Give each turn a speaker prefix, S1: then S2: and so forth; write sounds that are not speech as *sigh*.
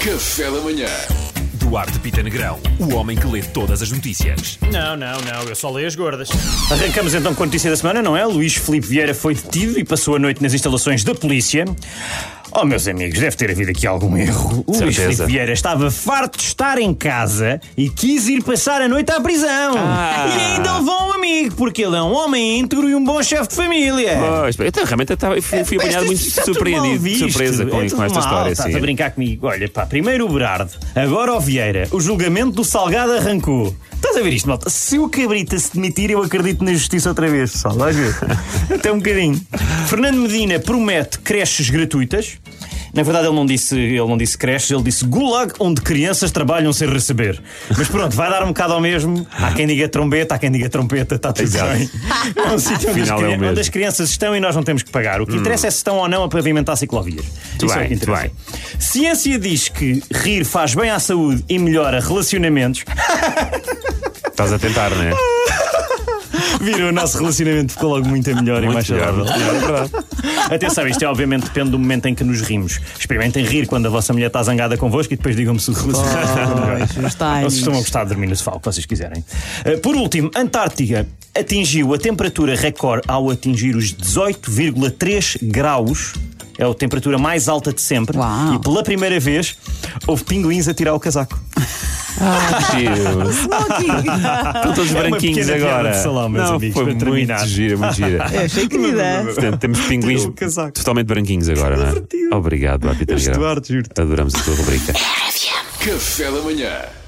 S1: Café da Manhã.
S2: Duarte Pita Negrão, o homem que lê todas as notícias.
S3: Não, não, não, eu só leio as gordas. Arrancamos então com a notícia da semana, não é? Luís Filipe Vieira foi detido e passou a noite nas instalações da polícia. Oh, meus amigos, deve ter havido aqui algum erro. O Luís
S2: Certeza.
S3: Filipe Vieira estava farto de estar em casa e quis ir passar a noite à prisão.
S2: Ah.
S3: E ainda levou um amigo, porque ele é um homem íntegro e um bom chefe de família.
S2: Pois, eu realmente eu tava- fui, fui apanhado
S3: Isto-
S2: muito
S3: isto está tudo mal
S2: surpreendido, de
S3: visto.
S2: surpresa com,
S3: É
S2: com
S3: tudo
S2: esta
S3: mal,
S2: história.
S3: Estás
S2: sim.
S3: a brincar comigo. Olha, pá, primeiro o Berardo, agora o Vieira. O julgamento do Salgado arrancou. Estás a ver isto, malta? Se o Cabrita se demitir, eu acredito na justiça outra vez, pessoal.
S2: *laughs*
S3: Vais ver. Até um bocadinho. Fernando Medina promete creches gratuitas. Na verdade, ele não, disse, ele não disse creches, ele disse gulag onde crianças trabalham sem receber. Mas pronto, vai dar um bocado ao mesmo. Há quem diga trombeta, há quem diga trompeta, está tudo
S2: Exato. *laughs*
S3: bem. É um sítio onde as
S2: Afinal, é o
S3: cri-
S2: mesmo.
S3: onde as as crianças estão e nós não temos que pagar. O que interessa é se estão ou não a pavimentar ciclovias. Isso é o
S2: bem,
S3: que interessa.
S2: Hum. muito
S3: Ciência diz que rir faz bem à saúde e melhora relacionamentos. *laughs*
S2: Estás a tentar, não é?
S3: Viram, o nosso relacionamento ficou logo muito melhor e mais
S2: Muito melhor,
S3: saudável.
S2: muito melhor, é
S3: *laughs*
S2: verdade.
S3: Atenção, isto é, obviamente depende do momento em que nos rimos. Experimentem rir quando a vossa mulher está zangada convosco e depois digam-me se o relacionamento está melhor.
S4: Pois, os timings.
S3: Vocês estão a gostar de dormir no sofá, o que vocês quiserem. Uh, Por último, Antártica atingiu a temperatura recorde ao atingir os 18,3 graus. É a temperatura mais alta de sempre.
S4: Uau.
S3: E pela primeira vez houve pinguins a tirar o casaco.
S2: Giro. Estão todos
S3: É uma
S2: branquinhos
S3: pequena piada
S2: agora.
S3: de salão, meus
S2: não,
S3: amigos,
S2: foi
S3: para
S2: muito
S3: terminar.
S2: gira, muito
S3: *laughs*
S2: gira.
S4: Eu achei querida.
S2: Portanto, temos pinguins
S3: Tirou o casaco.
S2: totalmente branquinhos agora, não é? Obrigado, Duarte Pita
S3: Este
S2: Negrão.
S3: Duarte, juro-te.
S2: Adoramos a tua rubrica.
S1: Café da Manhã.